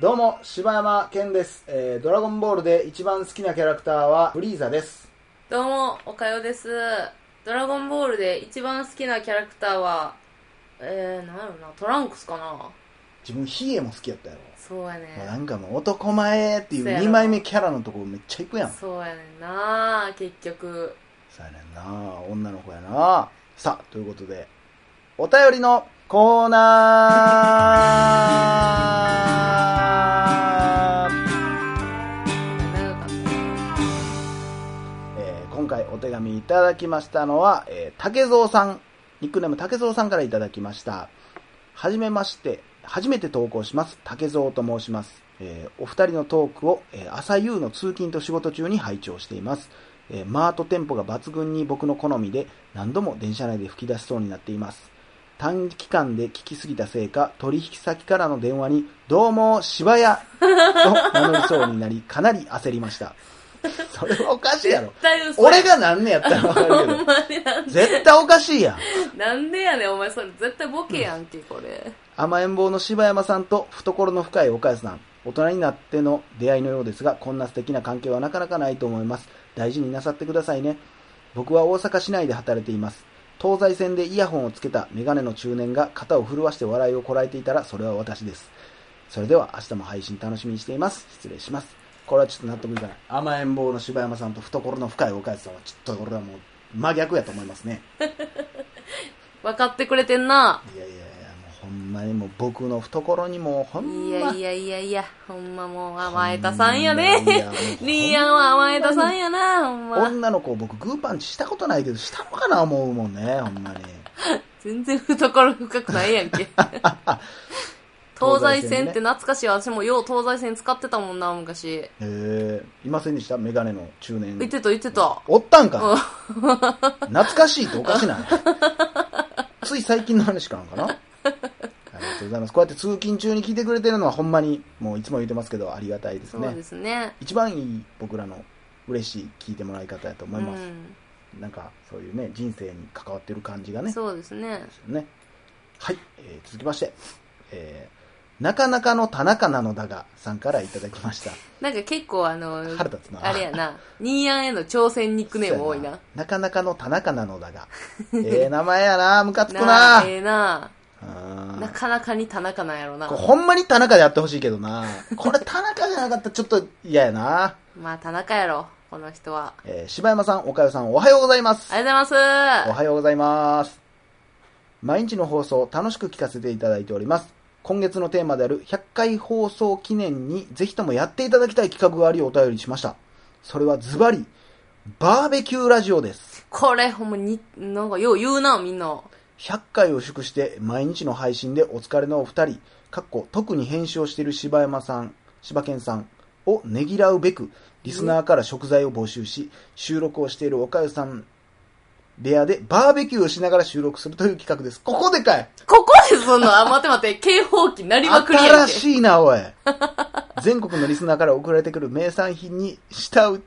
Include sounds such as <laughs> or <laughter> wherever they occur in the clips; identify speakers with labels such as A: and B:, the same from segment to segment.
A: どうも、柴山健です。えー、ドラゴンボールで一番好きなキャラクターはフリーザです。
B: どうも、おかよです。ドラゴンボールで一番好きなキャラクターは、えー、なんやろな、トランクスかな
A: 自分ヒゲも好きやったやろ。
B: そうや
A: もうな
B: ね
A: んかもう男前っていう
B: そうやろ
A: 2枚目キャラのとこめっちゃ行くやん。
B: そうやねんな結局。
A: そうやねんな女の子やなさあ、ということで、お便りのコーナー
B: 長かった。
A: えー今回お手紙いただきましたのは、えー竹蔵さん、ニックネーム竹蔵さんからいただきました。はじめまして、初めて投稿します、竹蔵と申します。えーお二人のトークを、えー朝夕の通勤と仕事中に拝聴しています。えーマート店舗が抜群に僕の好みで、何度も電車内で吹き出しそうになっています。短期間で聞きすぎたせいか、取引先からの電話に、どうも、芝屋と名乗りそうになり、かなり焦りました。それはおかしいやろ。
B: 絶対嘘や
A: 俺が何年やったらわかるけ
B: <laughs> ほん
A: ど、
B: まになん
A: 絶対おかしいやん。
B: なんでやねん、お前それ。絶対ボケやんけ、これ。
A: 甘えん坊の柴山さんと懐の深い岡安さん。大人になっての出会いのようですが、こんな素敵な関係はなかなかないと思います。大事になさってくださいね。僕は大阪市内で働いています。東西線でイヤホンをつけたメガネの中年が肩を震わして笑いをこらえていたら、それは私です。それでは明日も配信楽しみにしています。失礼します。これはちょっと納得いかない。甘えん坊の柴山さんと懐の深い岡安さんは、ちょっと俺はもう真逆やと思いますね。
B: 分かってくれてんな。
A: いやいやいや、もうほんまにもう僕の懐にもうほん
B: い
A: ま。
B: やいやいやいや、ほんまもう甘えたさんや
A: ほんまい
B: ね
A: やもうほんま。に
B: リーアンは甘えたさんやな、ほんま。
A: 女の子を僕グーパンチしたことないけど、したのかな思うもんね、ほんまに。
B: 全然懐深くないや
A: <laughs>
B: んけ。東西線って懐かしい。私もよう東西線使ってたもんな、昔。
A: えー、いませんでしたメガネの中年。
B: 言ってた言ってた。
A: おったんか。懐かしいっておかしない。つい最近の話かなんかな。ありがとうございます。こうやって通勤中に聞いてくれてるのはほんまに、もういつも言ってますけど、ありがたいです
B: そう
A: ね。
B: ですね。
A: 一番いい僕らの嬉しい聞いてもらい方やと思います。
B: う
A: なんかそういうね人生に関わってる感じが
B: ん。
A: ね
B: そうですね。
A: ねはい、えー続きまして、えーなかなかの田中なのだがさんからいただきました
B: なんか結構あの、
A: 腹立つな
B: あれやな、ニーアンへの挑戦ニックネーム多い
A: そうや
B: な。
A: <laughs> なかなかの田中なのだ
B: <laughs>
A: がええ名前やなムカつく
B: な
A: な
B: あ、ええな
A: あ
B: あ
A: ー
B: なかなかに田中なんやろな
A: こ。れほんまに田中でやってほしいけどなこれ田中じゃなかったらちょっと嫌やな、
B: まあ田中やろ、この人は。
A: えー柴山さん岡代さんおはようございます
B: ありがとうござい
A: お
B: ます。
A: はようございます。毎日の放送、楽しく聞かせていただいております。今月のテーマである100回放送記念にぜひともやっていただきたい企画がありお便りしました。それはズバリ、バーベキューラジオです。
B: これほんまに、なんかよう言うな、みんな。
A: 100回を祝して毎日の配信でお疲れのお二人、かっこ特に編集をしている柴山さん、柴犬さんをねぎらうべく、リスナーから食材を募集し、収録をしているおかゆさん部屋でバーベキューをしながら収録するという企画です。ここでかい
B: ここでそんな、あ、待って待って、警報器鳴りまくりや
A: 新
B: んけ。
A: しいな、おい。 <laughs> 全国のリスナーから送られてくる名産品に慕う、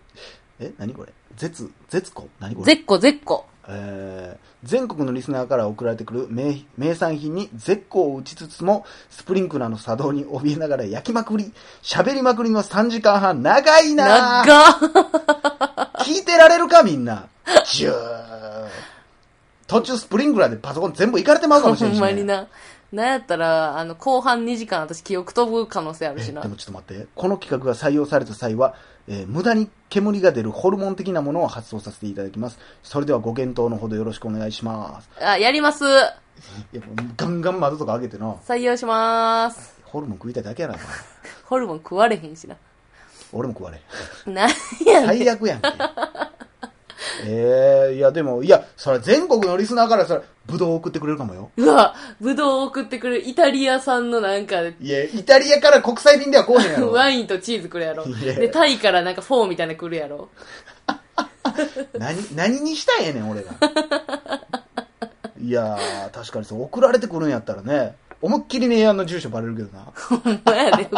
A: え、何これ絶、絶子何これ
B: 絶っこ絶っこ。
A: えー全国のリスナーから送られてくる名名産品に絶好を打ちつつも、スプリンクラーの作動に怯えながら焼きまくり、喋りまくりの3時間半、長いな
B: 長っ。
A: 聞いてられるか、みんな。ジュー。途中スプリンクラーでパソコン全部いかれてまうかもし
B: ほ
A: れん
B: ん
A: し
B: ま
A: ね、
B: にな。なんやったら、あの、後半2時間私記憶飛ぶ可能性あるしな
A: で。もちょっと待って、この企画が採用された際は、えー無駄に煙が出るホルモン的なものを発送させていただきます。それではご検討のほどよろしくお願いします。
B: あ、やります。
A: いやガンガン窓とか開けてな、
B: 採用しまーす。
A: ホルモン食いたいだけやな、お前
B: ホルモン食われへんしな。
A: 俺も食われ。
B: なんやねん。
A: 最悪
B: <laughs>
A: やんけ。えー、いやでも、いや、それ全国のリスナーからそれ、ブドウ送ってくれるかもよ。
B: うわ、ぶどうを送ってくるイタリア産のなんか、
A: いや、イタリアから国際便では来うへん
B: <laughs>
A: やろ。
B: ワインとチーズくるやろ。
A: いや
B: で、タイからなんかフォーみたいなのくるやろ。
A: 何、何にしたいねん、俺が。いやー、確かにそう、送られてくるんやったらね、思いっきりね、あの住所バレるけどな。
B: ほんまやねん。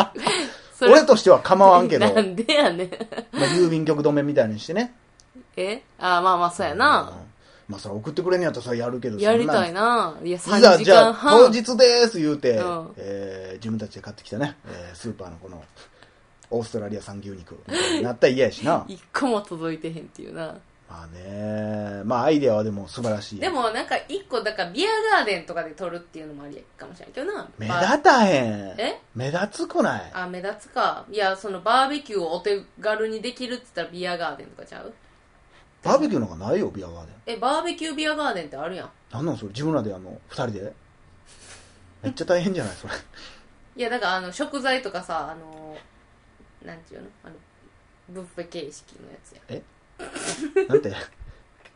B: そ
A: <laughs> 俺としては構わんけど、ま
B: <laughs> な
A: あ、
B: んでやねん。
A: 郵便局止めみたいにしてね。
B: えあ、まあまあ、そうやな。
A: うんまあそれ送ってくれんやったらそれやるけど
B: やり
A: そん
B: た
A: ない
B: ないや
A: いざ
B: 3時
A: じゃあ
B: 間
A: 当
B: 半
A: 日です言うて、
B: うん
A: えー自分たちで買ってきたね、えースーパーのこのオーストラリア産牛肉みたいになったら嫌やしな
B: 一個も届いてへんっていうな
A: まあねまあアイデアはでも素晴らしい
B: でもなんか一個だからビアガーデンとかで撮るっていうのもありかもしれないけどな
A: 目立たへん
B: え
A: 目立つくない
B: あ目立つかいやそのバーベキューをお手軽にできるって言ったらビアガーデンとかちゃう
A: バーベキューなんかないよビアガーデン
B: えバーベキュービアガーデンってあるやん
A: なんなんそれ自分らであの二人でめっちゃ大変じゃないそれ
B: いやだからあの食材とかさあのなんていうのあのブッフェ形式のやつや
A: <laughs> なんて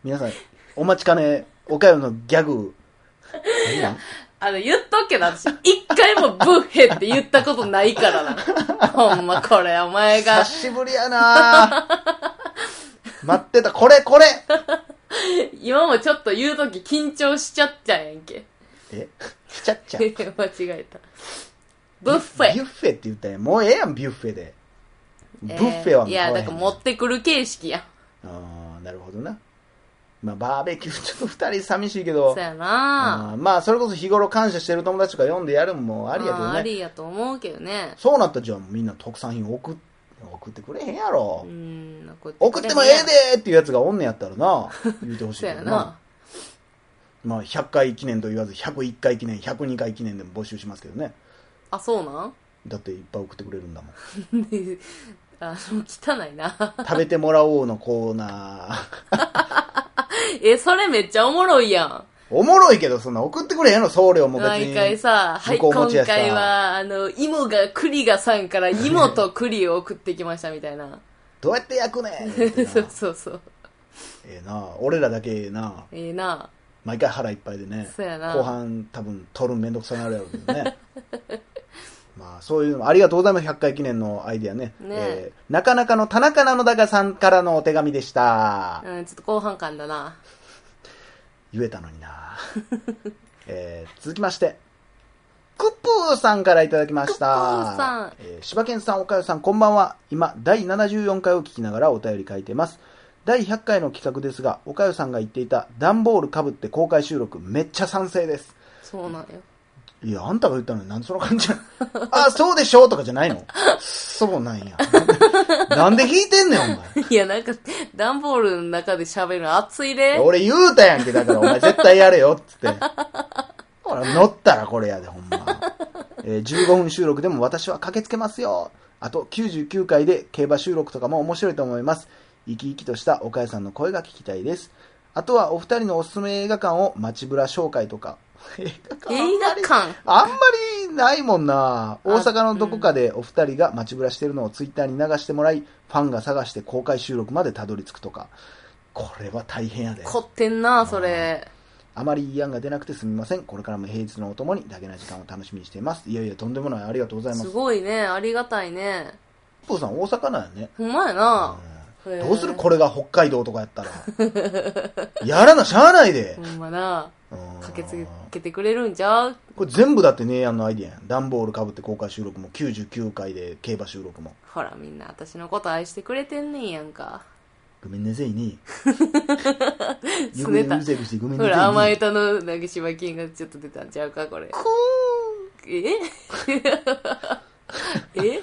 A: 皆さんお待ちかね岡山のギャ
B: <laughs>
A: グ何なん
B: あの言っとくけど私一回もブッフェって言ったことないから
A: <laughs>
B: なほんまこれお前が
A: 久しぶりやな <laughs> 待ってたこれこれ
B: 今もちょっと言うとき緊張しちゃったやんけ
A: え来ちゃっ
B: <laughs>
A: ちゃ
B: 間違えたブッフェ
A: ビュッフェって言ったやんもうええやんビュッフェでブッフェはもう
B: えーいや
A: 買わ
B: だ
A: へん
B: から持ってくる形式やん
A: あーなるほどなまあバーベキュー <laughs> ちょっと二人寂しいけど
B: そうやな
A: あーまあそれこそ日頃感謝してる友達とか読んでやるんも
B: あ
A: ありやけ
B: ー
A: ど
B: あ
A: ね
B: りやと思うけどね
A: そうなったらじゃあみんな特産品送っ送ってくれへんやろ
B: う、ん
A: 送ってもええでっていうやつがおんねやったら
B: <laughs>
A: な言うてほしい
B: そう
A: け
B: や
A: ど
B: な
A: なまあ100回記念と言わず101回記念102回記念でも募集しますけどね
B: あそうなん <laughs>
A: だっていっぱい送ってくれるんだもん
B: であの汚いな <laughs>
A: 食べてもらおうのコーナー <laughs>
B: えそれめっちゃおもろいやん
A: おもろいけどそんな送ってくれへんの送料も別
B: 毎
A: に
B: 回さ、はい、
A: 向こ
B: 今
A: う持ちやしさ
B: 回は、あの、芋が、栗がさんから芋と栗を送ってきましたみたいな。
A: どうやって焼くねん言うてな
B: <laughs> そうそうそう。
A: ええな俺らだけええな
B: ええな。
A: 毎回腹いっぱいでね
B: そうやな
A: 後半多分取るんめんどくさなるやろうけどね <laughs> まあそういうのもありがとうございます100回記念のアイディアね
B: ね
A: えーなかなかの田中なのだがさんからのお手紙でした、
B: うん、ちょっと後半感だな。
A: 言えたのにな、 <laughs> えー続きましてクップーさんからいただきました
B: クップーさん
A: えー柴犬さん岡代さんこんばんは今第74回を聞きながらお便り書いてます第100回の企画ですが岡代さんが言っていた段ボールかぶって公開収録めっちゃ賛成です
B: そうなんよ。
A: いや、あんたが言ったのになんでその感
B: <laughs>
A: じなのあ、そうでしょうとかじゃないのそうなんや。なんで聞いてんねん、お
B: <laughs> いや、なんか、段ボールの中で喋るの熱い
A: 前。
B: で。
A: 俺言うたやんけ、だからお前絶対やれよ、つって。ほら、乗ったらこれやで、ほんま。えー15分収録でも私は駆けつけますよ。あと99回で競馬収録とかも面白いと思います。生き生きとした岡谷さんの声が聞きたいです。あとはお二人のおすすめ映画館を街ぶら紹介とか。 <laughs> 映画館あん
B: 映
A: ま
B: 画
A: り
B: 館。
A: あんまりないもんな大阪のどこかでお二人が街ぶらしてるのをツイッターに流してもらい、ファンが探して公開収録までたどり着くとか。これは大変やで。
B: 凝ってんな、それ。
A: あまりいい案が出なくてすみません。これからも平日のお供にだけな時間を楽しみにしています。いやいや、とんでもない。ありがとうございますす。
B: ごいね、ありがたいね。
A: ポーさん、大阪なんやね。
B: ほんまやな。へえ
A: どうするこれが北海道とかやったら。やらな、しゃあないで
B: ほ。んまな。
A: うん
B: 駆けつけてくれるんじゃう
A: これ全部だってねえやんのアイディアやん。段ボールかぶって公開収録も、99回で競馬収録も。
B: ほら、みんな私のこと愛してくれてんねんやんか。
A: ごめんなさい
B: <laughs>
A: ね。
B: すねた
A: うるさくしてごめんな
B: ほ
A: さいね。
B: ら、甘えたの、なぎしばきんがちょっと出たんちゃうか、
A: <laughs>
B: これ。え <laughs> え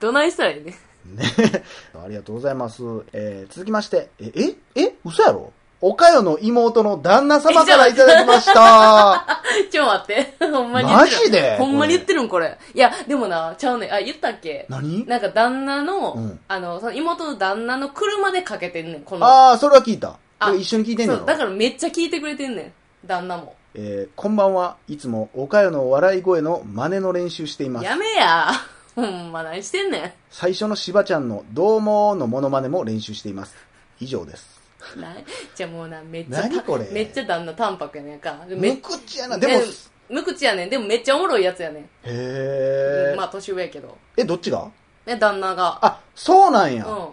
B: どないしたらいいねん <laughs>
A: ね <laughs> ありがとうございます。えー続きまして、え、え、え、嘘やろおかよの妹の旦那様からいただきま
B: <laughs>
A: した。
B: ちょ、待って。ほんまに言ってる。
A: マジで
B: ほんまに言ってるん、これ。いや、でもな、ちゃうねん。あ、言ったっけ
A: 何
B: なんか旦那の、
A: うん
B: あの、その妹の旦那の車でかけてんねん、この。
A: ああ、それは聞いた。
B: あ
A: これ一緒に聞いてん
B: そ
A: の
B: う、だからめっちゃ聞いてくれてんねん。旦那も。
A: えーこんばんはいつもおかよの笑い声の真似の練習しています。
B: やめや。ほんま何してんねん。
A: 最初のしばちゃんのどうもーのモノマネも練習しています。以上です。
B: なじゃあもうなめっちゃ
A: 何これ
B: めっちゃ旦那淡白やねんか
A: 無
B: ち
A: 口やな。でも、へ
B: 無口やねんでもめっちゃおもろいやつやねん、
A: え、
B: まあ年上やけど
A: え、どっちが
B: ね旦那が
A: あ、そうなんや。
B: うん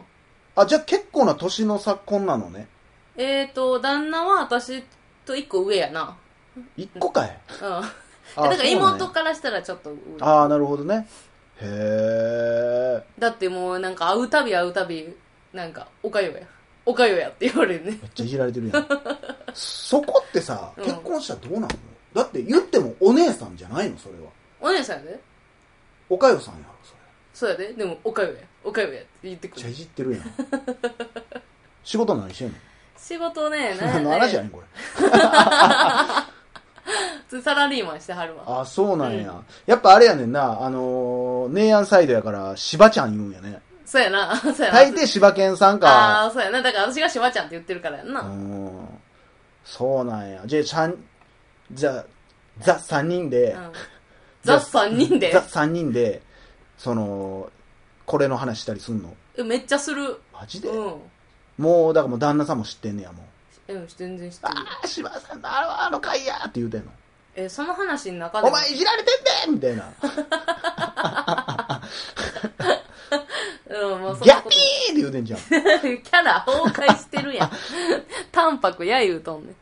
A: あ、じゃあ結構な年の差婚なのね。
B: えっ、ー、と旦那は私と一個上やな
A: 一個かい。
B: うんだ
A: あ
B: から
A: そうなん
B: 妹
A: や
B: からしたらちょっと上
A: ああ、なるほどね。へえ。
B: だってもうなんか会うたび会うたびなんかおかよやおかよやって言われるね。
A: めっちゃいじられてる
B: <laughs>
A: やんそこってさ
B: うん
A: 結婚したらどうなるの、だって言ってもお姉さんじゃないのそれは
B: お姉さんやで
A: おかよさんやろそれ
B: そうやででも、おかよや。おかよやって言って
A: め
B: く
A: っちゃ
B: る
A: い。じってる
B: <laughs>
A: やん仕事何してんの
B: 仕事ね、なんや
A: <laughs> 何
B: ね
A: の話やねんこれ
B: <laughs> 普通サラリーマンしてはるわ。
A: あそうなんや、
B: う
A: やっぱあれやねんなあのー、ネイアンサイドやからしばちゃん言うんやね
B: そうやな、そうやな。
A: 大抵しばけんさん
B: あ
A: か
B: あ、そうやな。だから私がしばちゃんって言ってるからやん
A: う
B: な。
A: んそうなんやじゃあさんじゃあザ3人で、
B: うんザ3人で
A: ザ3人でそのこれの話したりすんの
B: えめっちゃする。
A: マジで、
B: うん。
A: もうだからもう旦那さんも知ってんねやもう
B: うん、全然知ってる。
A: ああ柴田さんのあのあの回やーって言うてんの
B: え、その話の中で
A: お
B: も、
A: 前いじられてんでみたいな
B: うん、もうそん
A: ギ
B: な
A: ャ
B: こ
A: ピ
B: と。
A: ーって言うてんじゃん
B: <laughs> キャラ崩壊してる
A: <laughs>
B: やん。淡白や言うとんねん。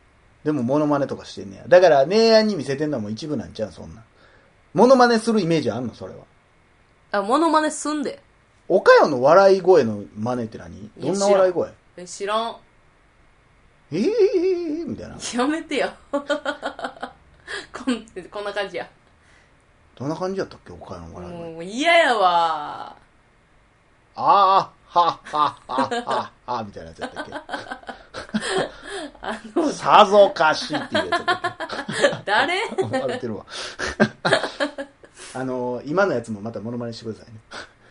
A: でもモノマネとかしてんねやだから姉やんに見せてんのはもう一部なんちゃうそんなんモノマネするイメージあんのそれは
B: あ、モノマネすんで。
A: 岡山の笑い声の真似って何どんな笑い声
B: え、知らん。
A: ええー、みたいな
B: やめてよ。 <laughs> こん、こんな感じや。
A: どんな感じやったっけ岡山の笑い声、
B: もう嫌やわ。
A: ああはっはっはっはっはみたいなやつやったっけ
B: あの、
A: さぞかしっていうやつだっ
B: 誰
A: け笑ってるわ。あのー、今のやつもまたモノマネしてくださ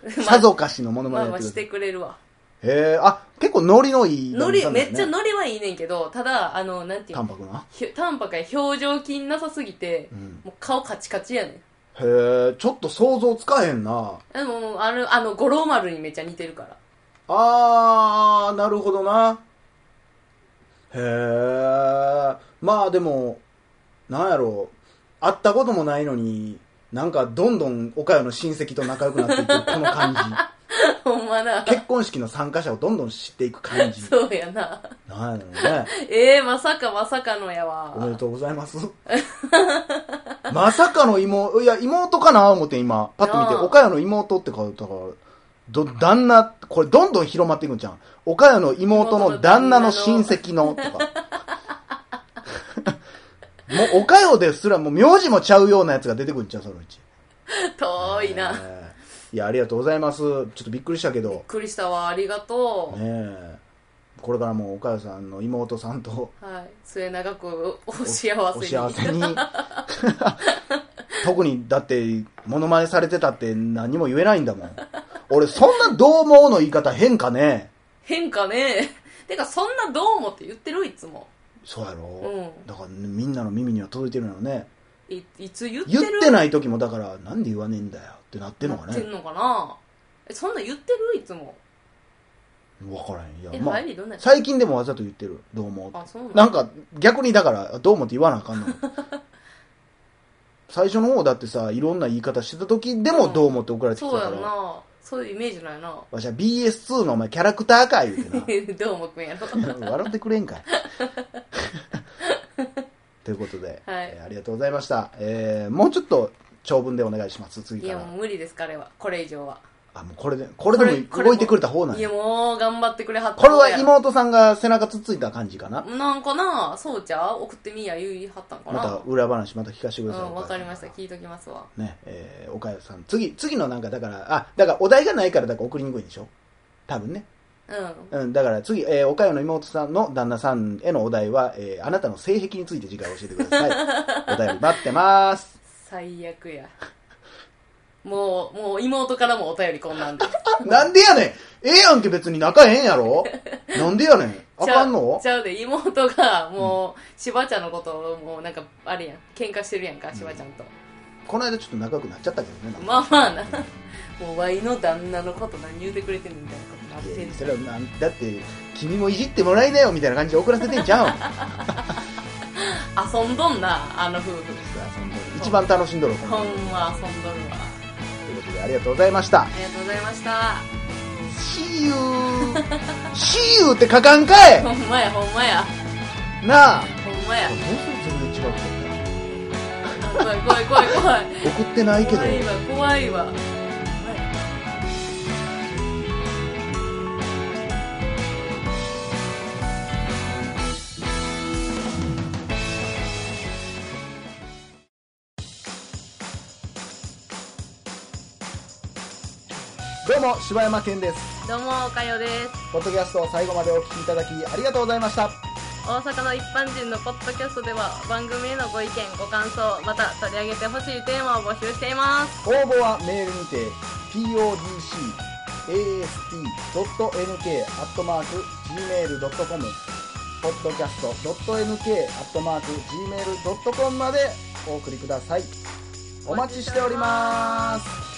A: いね。
B: <laughs>
A: さぞかしのモノマ
B: ま
A: ネ
B: あ
A: や
B: ま
A: ってく
B: あし
A: ださい。
B: てくれるわ。
A: へえ、あ、結構ノリのいい旦
B: ノ
A: 那
B: リ、
A: さんだ
B: め
A: よね。
B: っちゃノリはいいねんけど、ただ、あの、なんていう
A: 淡
B: の、
A: 白な。
B: ひょ淡白や表情筋なさすぎて
A: う、ん。
B: もう顔カチカチやねん。
A: へえ、ちょっと想像つかへんな。
B: でももう、あの、あの、五郎丸にめっちゃ似てるから。 <laughs>
A: あー、なるほどな。へえ、まあでも、なんやろう、会ったこともないのに、なんかどんどん岡山の親戚と仲良くなっていくこの感じ。
B: ほんまな。
A: 結婚式の参加者をどんどん知っていく感じ。
B: そうやな。
A: なんやろね。
B: ええまさかまさかのやわ。
A: おめでとうございます。 <laughs> まさかの妹、いや、妹かな思って今、パッと見て、
B: なあ
A: 岡谷の妹って書いてたから、ど、旦那、これどんどん広まっていくんじゃん。岡谷の妹の旦那の親戚の、とか。もう、岡谷ですら、もう名字もちゃうようなやつが出てくるんじゃん、そのうち。
B: 遠いな。
A: ね
B: びっ
A: えいや、ありがとうございます。ちょっとびっくりしたけど、
B: くりしたわ。ありがと
A: ね
B: う。
A: え、これからも岡谷さんの妹さんと、
B: はい。末永くお幸せに。
A: お幸せに <laughs> 特にだってモノマネされてたって何も言えないんだもん俺そんな「どうも」の言い方変かね
B: 変かね。 <laughs> てか、そんなどうもって言ってるいつも。
A: そうやろ、
B: うん
A: だから、ね、みんなの耳には届いてるのよね
B: いいつ言って
A: 言
B: る
A: ってない時もだからなんで言わねえんだよってなってんのか
B: なって
A: ね
B: んのかなえ、そんな言ってるいつも。
A: 分からへんいや
B: え、
A: まあ
B: 入りどんなやつ
A: 最近でもわざと言ってる「どうも」
B: あ、そう
A: な
B: なん
A: か逆にだから「どうも」って言わなあかんの
B: <laughs>
A: 最初の方だってさいろんな言い方してた時で
B: う
A: も「
B: ん
A: どうも」って送られてき
B: そ
A: て
B: う
A: た
B: や
A: から、
B: んな。そういうイメージないな。 <laughs>
A: わしゃ BS2 のお前キャラクターか言うて
B: どうもくんやろ。 <laughs>
A: な笑ってくれんかい <laughs> ということで、えーありがとうございました、えーもうちょっと長文でお願いします
B: い
A: 次か
B: や、
A: ら
B: もう無理です、彼は。これ以上は。
A: あもうこれでこれでも
B: これ
A: 動いてくれた方なん
B: いや、
A: や
B: もう頑張ってくれはった
A: これは
B: やろ
A: 妹さんが背中つっついた感じかな
B: なんかな、そうちゃう送ってみいや言いはったんか
A: また
B: な。
A: 裏話また聞かせてください、
B: うん、わかりました。聞いときますわ。
A: ねえー、岡谷さん次次のなんかだからあだからお題がないからだから送りにくいんでしょ多分ね
B: うん。
A: うん、だから次、えー、岡山の妹さんの旦那さんへのお題は、えーあなたの性癖について次回教えてくださ
B: <laughs>
A: い。お便り待ってます。
B: 最悪や。もう、もう妹からもお便りこんなんで。
A: なんでやねんええやんけ別に仲ええんや
B: <laughs>
A: ろなんでやねんあかんの
B: ちゃうちゃうで、妹が、もう、しばちゃんのことを、もうなんか、あれやん。喧嘩してるやんか、しばちゃんと。
A: この間ちょっと仲良くなっちゃったけどね。
B: まあまあな
A: うん。
B: もう、ワイの旦那のこと何言うてくれてんのみたいなことになっ
A: いや
B: て
A: い
B: る
A: や。それはなんだって、君もいじってもらいなよみたいな感じで送らせてんじゃ
B: <laughs>
A: うん。
B: 遊んどんな、あの夫婦。
A: 一番楽しんどるこの
B: ほんま遊んどるわ。
A: ということでありがとうございました
B: あ。りがとうございました。 <laughs>
A: See you! See you って書かんかい
B: ほんまや、ほんまや。
A: なあ。
B: ほんまや。
A: もう全然違うことやな
B: 怖い怖い怖い怖い。
A: 送ってないけど
B: 怖。いわ怖いわ
A: どうも、柴山健です。
B: どうも、おかよです。
A: ポッドキャストを最後までお聞きいただきありがとうございました。
B: 大阪の一般人のポッドキャストでは番組へのご意見ご感想また取り上げてほしいテーマを募集しています
A: 応募はメールにて podcast.nk.gmail.com podcast.nk.gmail.com までお送りください。お待ちしております。